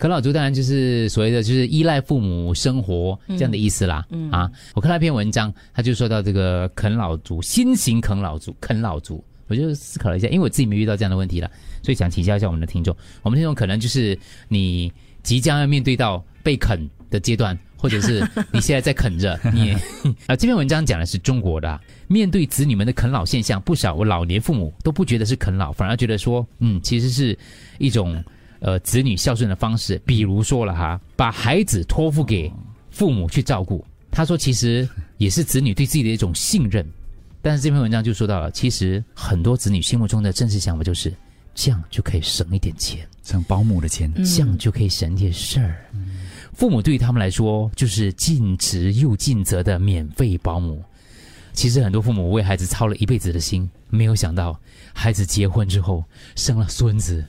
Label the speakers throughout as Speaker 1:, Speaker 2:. Speaker 1: 啃老族当然就是所谓的就是依赖父母生活这样的意思啦。
Speaker 2: 嗯嗯
Speaker 1: 啊，我看到一篇文章，他就说到这个啃老族，新型啃老族，啃老族。我就思考了一下，因为我自己没遇到这样的问题了，所以想请教一下我们的听众。我们听众可能就是你即将要面对到被啃的阶段，或者是你现在在啃着你 也啊。这篇文章讲的是中国的啊、面对子女们的啃老现象，不少老年父母都不觉得是啃老，反而觉得说，嗯，其实是一种呃子女孝顺的方式，比如说了哈，把孩子托付给父母去照顾。他说，其实也是子女对自己的一种信任。但是这篇文章就说到了，其实很多子女心目中的真实想法就是，这样就可以省一点钱，
Speaker 3: 像保姆的钱，
Speaker 2: 嗯
Speaker 1: 这样就可以省点事儿。父母对于他们来说，就是尽职又尽责的免费保姆。其实很多父母为孩子操了一辈子的心，没有想到孩子结婚之后生了孙子，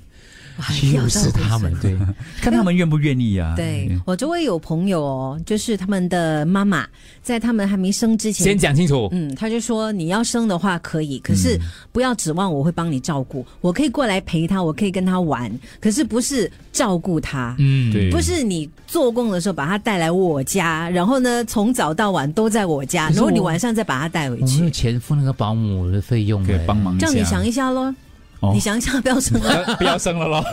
Speaker 2: 哎呀
Speaker 1: 又是他们嗯对。
Speaker 3: 看他们愿不愿意啊。
Speaker 2: 对我周围有朋友哦，就是他们的妈妈在他们还没生之前
Speaker 1: 先，讲嗯清楚，
Speaker 2: 嗯，他就说你要生的话可以，可是不要指望我会帮你照顾，我可以过来陪他，我可以跟他玩，可是不是照顾他。
Speaker 1: 嗯，
Speaker 3: 对
Speaker 2: 不是你做工的时候把他带来我家，然后呢从早到晚都在我家，
Speaker 1: 可是
Speaker 2: 然
Speaker 1: 我
Speaker 2: 后你晚上再把他带回
Speaker 1: 我没有
Speaker 2: 去。
Speaker 1: 钱付那个保姆的费用，哎
Speaker 3: 可以帮。忙一下。
Speaker 2: 这样你想一下咯，
Speaker 3: 哦
Speaker 2: 你想一下不 要生了。
Speaker 3: 不要生了咯。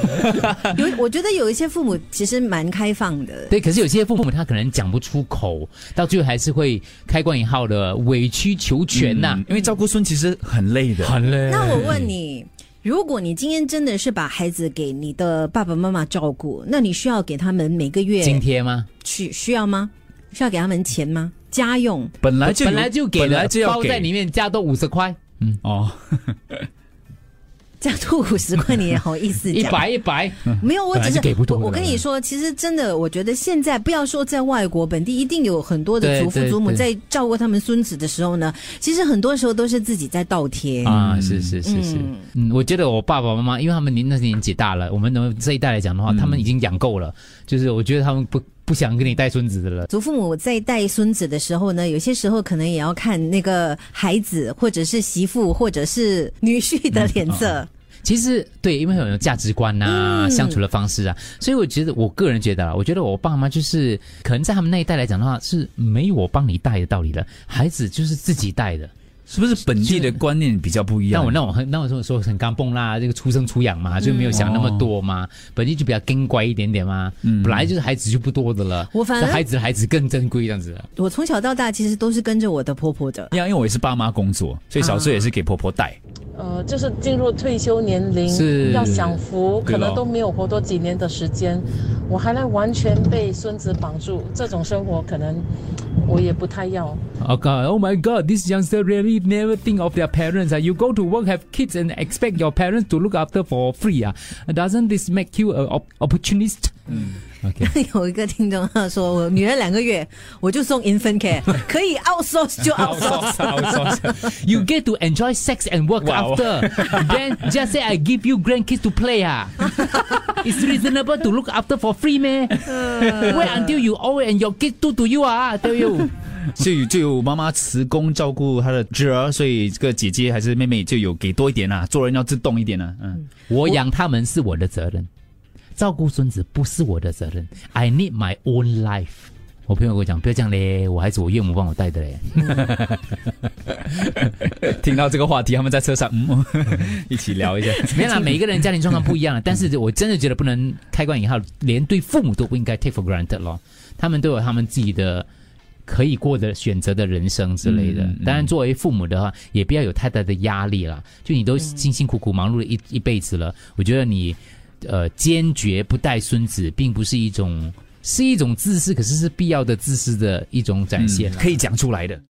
Speaker 2: 有我觉得有一些父母其实蛮开放的，
Speaker 1: 对，可是有些父母他可能讲不出口，到最后还是会开关引号的委曲求全呐、
Speaker 3: 嗯因为照顾孙其实很累的，
Speaker 1: 很累
Speaker 2: 那我问你，如果你今天真的是把孩子给你的爸爸妈妈照顾，那你需要给他们每个月
Speaker 1: 津贴吗？
Speaker 2: 需需要吗？需要给他们钱吗？家用？
Speaker 3: 本来就有
Speaker 1: 本来就给
Speaker 3: 本来
Speaker 1: 了
Speaker 3: 就，要
Speaker 1: 包在里
Speaker 3: 给
Speaker 1: 面加多五十块，
Speaker 3: 哦，
Speaker 2: 这样吐五十块，你也好意思
Speaker 1: 一
Speaker 2: 讲？
Speaker 1: 百一百，
Speaker 2: 没有，我
Speaker 1: 本来
Speaker 2: 只是
Speaker 1: 就给不多的
Speaker 2: 我我跟你说，其实真的，我觉得现在不要说在外国本地，一定有很多的
Speaker 1: 对
Speaker 2: 祖父
Speaker 1: 对
Speaker 2: 祖母
Speaker 1: 对
Speaker 2: 在照顾他们孙子的时候呢，其实很多时候都是自己在倒
Speaker 3: 嗯
Speaker 2: 贴。
Speaker 1: 啊，是是是是，
Speaker 2: 嗯
Speaker 1: 嗯我觉得我爸爸妈妈，因为他们年那年纪大了，我们的这一代来讲的
Speaker 3: 嗯
Speaker 1: 话，他们已经养够了，就是我觉得他们不不想给你带孙子的了。
Speaker 2: 祖父母在带孙子的时候呢，有些时候可能也要看那个孩子，或者是媳妇，或者是女婿的脸色。
Speaker 1: 其实对，因为很有价值观呐、
Speaker 2: 嗯
Speaker 1: 相处的方式啊，所以我觉得我个人觉得啊，我觉得我爸妈就是可能在他们那一代来讲的话，是没有我帮你带的道理了，孩子就是自己带的。
Speaker 3: 是不是本地的观念比较不一样？
Speaker 1: 那我那我很那我说说很刚蹦啦，这个出生出养嘛，就没有想那么多嘛，
Speaker 2: 嗯
Speaker 1: 本地就比较更乖一点点嘛，本来就是孩子就不多的了，
Speaker 2: 我反而
Speaker 1: 这孩子的孩子更珍贵这样子。
Speaker 2: 我从小到大其实都是跟着我的婆婆的。
Speaker 3: 一样，因为我也是爸妈工作，所以小时候也是给婆婆带。
Speaker 4: 呃，就是进入退休年龄，
Speaker 1: 是
Speaker 4: 要享福，
Speaker 3: 对
Speaker 4: 可
Speaker 3: 咯
Speaker 4: 能都没有活多几年的时间，我还来完全被孙子绑住，这种生活可能我也不太要。
Speaker 1: Oh God, oh my God, this youngster really never think of their parents. ah. You go to work, have kids, and expect your parents to look after for free. ah. Doesn't this make you an opportunist?
Speaker 2: 有一个听众他说，我女儿两个月我就送 infant care，可以 outsource 就 outsource。
Speaker 1: You get to enjoy sex and work
Speaker 3: Wow.
Speaker 1: after. Then just say I give you grandkids to play. Ah, it's reasonable to look after for free, man. Wait until you old and your kids do to you. Ah, I tell you.
Speaker 3: 就有就有妈妈辞工照顾她的侄儿，所以这个姐姐还是妹妹就有给多一点啊，做人要自动一点啊。嗯，
Speaker 1: 我养他们是我的责任，照顾孙子不是我的责任。I need my own life。我朋友跟我讲，不要这样嘞，我孩子我岳母帮我带的嘞。
Speaker 3: 听到这个话题，他们在车上嗯， 一起聊一下。
Speaker 1: 没啦，每一个人家庭状况不一 样了，但是我真的觉得不能开关引号，连对父母都不应该 take for granted 咯。他们都有他们自己的可以过的选择的人生之类的。
Speaker 3: 嗯嗯
Speaker 1: 当然，作为父母的话，也不要有太大的压力啦。就你都辛辛苦苦忙碌
Speaker 3: 嗯
Speaker 1: 了一、一辈子了，我觉得你呃坚决不带孙子，并不是一种是一种自私，可是是必要的自私的一种展现啦。
Speaker 3: 嗯可以讲出来的。